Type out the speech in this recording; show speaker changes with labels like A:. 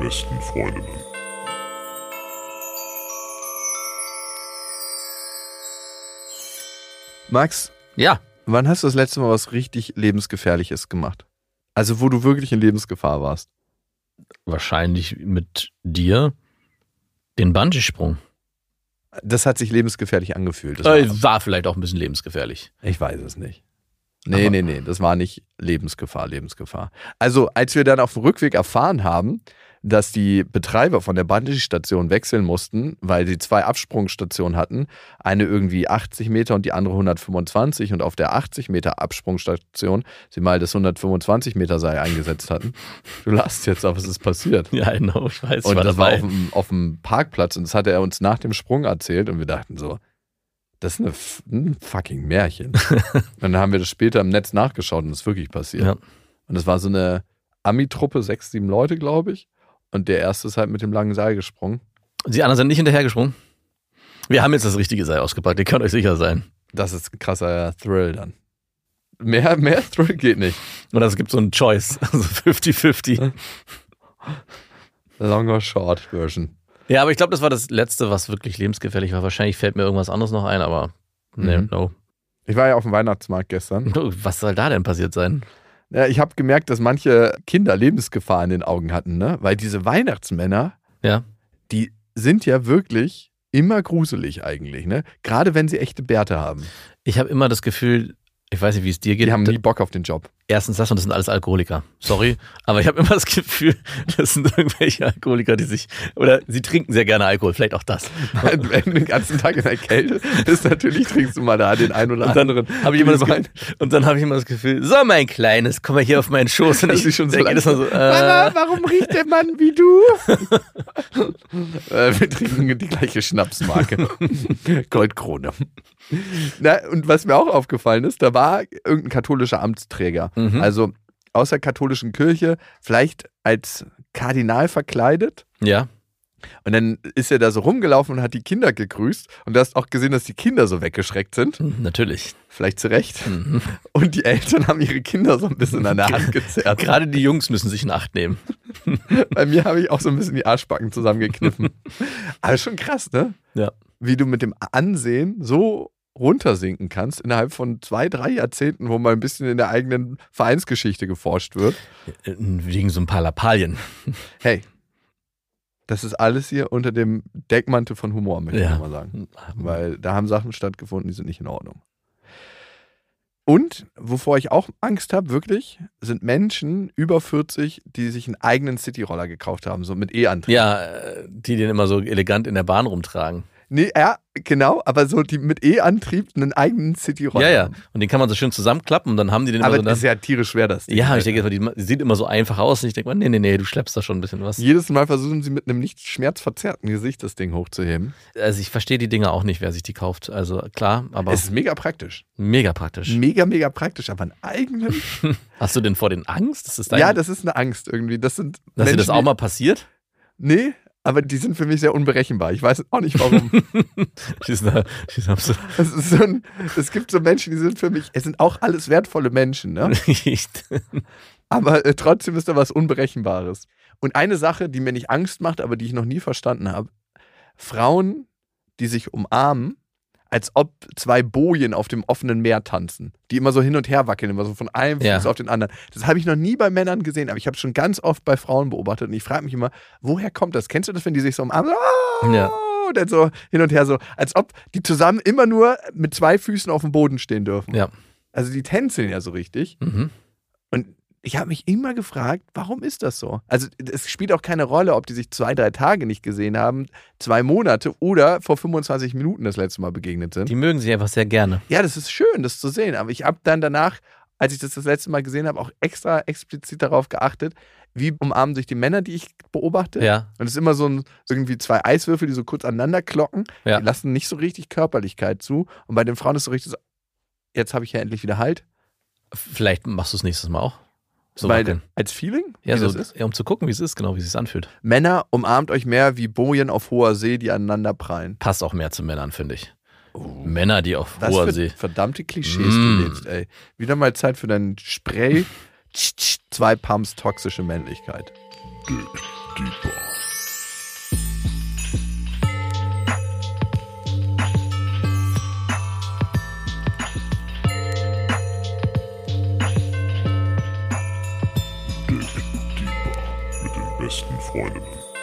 A: besten Freundinnen.
B: Max,
C: Ja,
B: wann hast du das letzte Mal was richtig Lebensgefährliches gemacht? Also, wo du wirklich in Lebensgefahr warst.
C: wahrscheinlich mit dir den Bungee-Sprung.
B: Das hat sich lebensgefährlich angefühlt. Das
C: Äh,
B: war,
C: war vielleicht auch ein bisschen lebensgefährlich.
B: ich weiß es nicht. Nee,
C: Aber-
B: nee, nee, das war nicht Lebensgefahr, Lebensgefahr. Also, als wir dann auf dem Rückweg erfahren haben, dass die Betreiber von der Bungee-Station wechseln mussten, weil sie zwei Absprungstationen hatten, eine irgendwie 80 Meter und die andere 125 und auf der 80 Meter Absprungstation sie mal das 125 Meter Seil eingesetzt hatten. Du lachst jetzt, aber es ist passiert.
C: Ja, genau, ich weiß.
B: Und
C: war
B: das war
C: dabei.
B: auf dem, auf dem Parkplatz und das hatte er uns nach dem Sprung erzählt und wir dachten so, das ist eine, f- ein fucking Märchen. und dann haben wir das später im Netz nachgeschaut und es ist wirklich passiert.
C: Ja.
B: Und es war so eine Ami-Truppe, sechs, sieben Leute, glaube ich. Und der erste ist halt mit dem langen Seil gesprungen.
C: Die anderen sind nicht hinterhergesprungen. Wir haben jetzt das richtige Seil ausgepackt, ihr könnt euch sicher sein.
B: Das ist ein krasser Thrill dann. Mehr, mehr Thrill geht nicht.
C: Und es gibt so einen Choice, also 50-50.
B: Long or short Version.
C: Ja, aber ich glaube, das war das Letzte, was wirklich lebensgefährlich war. Wahrscheinlich fällt mir irgendwas anderes noch ein, aber nee,
B: Mhm.
C: no.
B: Ich war ja auf dem Weihnachtsmarkt gestern.
C: Was soll da denn passiert sein?
B: Ja, ich habe gemerkt, dass manche Kinder Lebensgefahr in den Augen hatten, ne? Weil diese Weihnachtsmänner,
C: Ja.
B: die sind ja wirklich immer gruselig eigentlich, ne? Gerade wenn sie echte Bärte haben.
C: Ich habe immer das Gefühl, ich weiß nicht, wie es dir geht.
B: Die haben nie Bock auf den Job.
C: Erstens das und das sind alles Alkoholiker. Sorry, aber ich habe immer das Gefühl, das sind irgendwelche Alkoholiker, die sich oder sie trinken sehr gerne Alkohol, vielleicht auch das.
B: wenn du den ganzen Tag in der Kälte bist, natürlich trinkst du mal da den einen oder
C: Und dann
B: anderen.
C: Habe ich immer das
B: Glühwein.
C: Gefühl, und dann habe ich immer das Gefühl, so mein kleines, komm mal hier auf meinen Schoß und
B: Das
C: ich
B: ist schon so
C: denk jedes Mal so,
B: Mama,
C: äh,
B: warum riecht der Mann wie du? äh, wir trinken die gleiche Schnapsmarke. Goldkrone. Na, und was mir auch aufgefallen ist, da war irgendein katholischer Amtsträger.
C: Mhm.
B: Also aus der katholischen Kirche, vielleicht als Kardinal verkleidet.
C: ja,
B: Und dann ist er da so rumgelaufen und hat die Kinder gegrüßt. Und du hast auch gesehen, dass die Kinder so weggeschreckt sind.
C: natürlich.
B: Vielleicht zu Recht.
C: Mhm.
B: Und die Eltern haben ihre Kinder so ein bisschen an der Hand gezerrt.
C: Gerade die Jungs müssen sich in Acht nehmen.
B: Bei mir habe ich auch so ein bisschen die Arschbacken zusammengekniffen. Aber schon krass, ne?
C: Ja.
B: Wie du mit dem Ansehen so runtersinken kannst innerhalb von zwei, drei Jahrzehnten, wo mal ein bisschen in der eigenen Vereinsgeschichte geforscht wird.
C: Äh, Wegen so ein paar Lappalien.
B: Hey, das ist alles hier unter dem Deckmantel von Humor, möchte
C: Ja.
B: ich mal sagen. Weil da haben Sachen stattgefunden, die sind nicht in Ordnung. Und wovor ich auch Angst habe, wirklich, sind Menschen über 40, die sich einen eigenen Cityroller gekauft haben, so mit E-Antrieb.
C: Ja, äh, die den immer so elegant in der Bahn rumtragen.
B: Nee, ja, genau, aber so die mit E-Antrieb einen eigenen Cityroller.
C: Ja, ja.
B: haben.
C: Und den kann man so schön zusammenklappen und dann haben die den immer
B: Aber
C: so. ne?
B: das ist ja tierisch schwer, das Ding. ne?
C: Ja, ich denke, die sieht immer so einfach aus. Und ich denke mal, nee, nee, nee, du schleppst da schon ein bisschen was.
B: Jedes Mal versuchen sie mit einem nicht schmerzverzerrten Gesicht das Ding hochzuheben.
C: Also ich verstehe die Dinger auch nicht, wer sich die kauft. Also klar, aber
B: Es ist mega praktisch.
C: mega praktisch.
B: Mega, mega praktisch, aber einen eigenen.
C: Hast du denn vor den Angst? Ist das dein,
B: ja, das ist eine Angst irgendwie. Das sind
C: dass dir das auch mal passiert?
B: die, Nee, aber die sind für mich sehr unberechenbar. Ich weiß auch nicht warum.
C: Die sind da- die sind absolut-
B: es, ist so ein, es gibt so Menschen, die sind für mich, es sind auch alles wertvolle Menschen, ne?
C: Ich-
B: Aber äh, trotzdem ist da was Unberechenbares. Und eine Sache, die mir nicht Angst macht, aber die ich noch nie verstanden habe: Frauen, die sich umarmen, als ob zwei Bojen auf dem offenen Meer tanzen, die immer so hin und her wackeln, immer so von einem
C: Ja.
B: Fuß auf den anderen. Das habe ich noch nie bei Männern gesehen, aber ich habe es schon ganz oft bei Frauen beobachtet und ich frage mich immer, woher kommt das? Kennst du das, wenn die sich so umarmen? So, "Ah!"
C: Ja.
B: Und dann so hin und her so, als ob die zusammen immer nur mit zwei Füßen auf dem Boden stehen dürfen.
C: Ja.
B: Also die tänzeln ja so richtig.
C: mhm.
B: Und ich habe mich immer gefragt, warum ist das so? Also es spielt auch keine Rolle, ob die sich zwei, drei Tage nicht gesehen haben, zwei Monate oder vor 25 Minuten das letzte Mal begegnet sind.
C: Die mögen sich einfach sehr gerne.
B: Ja, das ist schön, das zu sehen. Aber ich habe dann danach, als ich das das letzte Mal gesehen habe, auch extra explizit darauf geachtet, wie umarmen sich die Männer, die ich beobachte.
C: Ja.
B: Und es ist immer so ein, irgendwie zwei Eiswürfel, die so kurz aneinander klocken.
C: Ja.
B: Die lassen nicht so richtig Körperlichkeit zu. Und bei den Frauen ist so richtig so, jetzt habe ich ja endlich wieder Halt.
C: Vielleicht machst du es nächstes Mal auch. So
B: weil,
C: wackeln.
B: als Feeling,
C: Ja,
B: wie
C: so,
B: das ist.
C: ja, um zu gucken, wie es ist, genau, wie es sich anfühlt.
B: Männer, umarmt euch mehr wie Bojen auf hoher See, die aneinander prallen.
C: Passt auch mehr zu Männern, finde ich.
B: Oh.
C: Männer, die auf
B: Was
C: hoher
B: für
C: See.
B: verdammte Klischees
C: Mm.
B: du lebst, ey. Wieder mal Zeit für deinen Spray. Tsch, tsch, Zwei Pumps toxische Männlichkeit.
A: Dig deeper. Dig deeper mit den besten Freundinnen.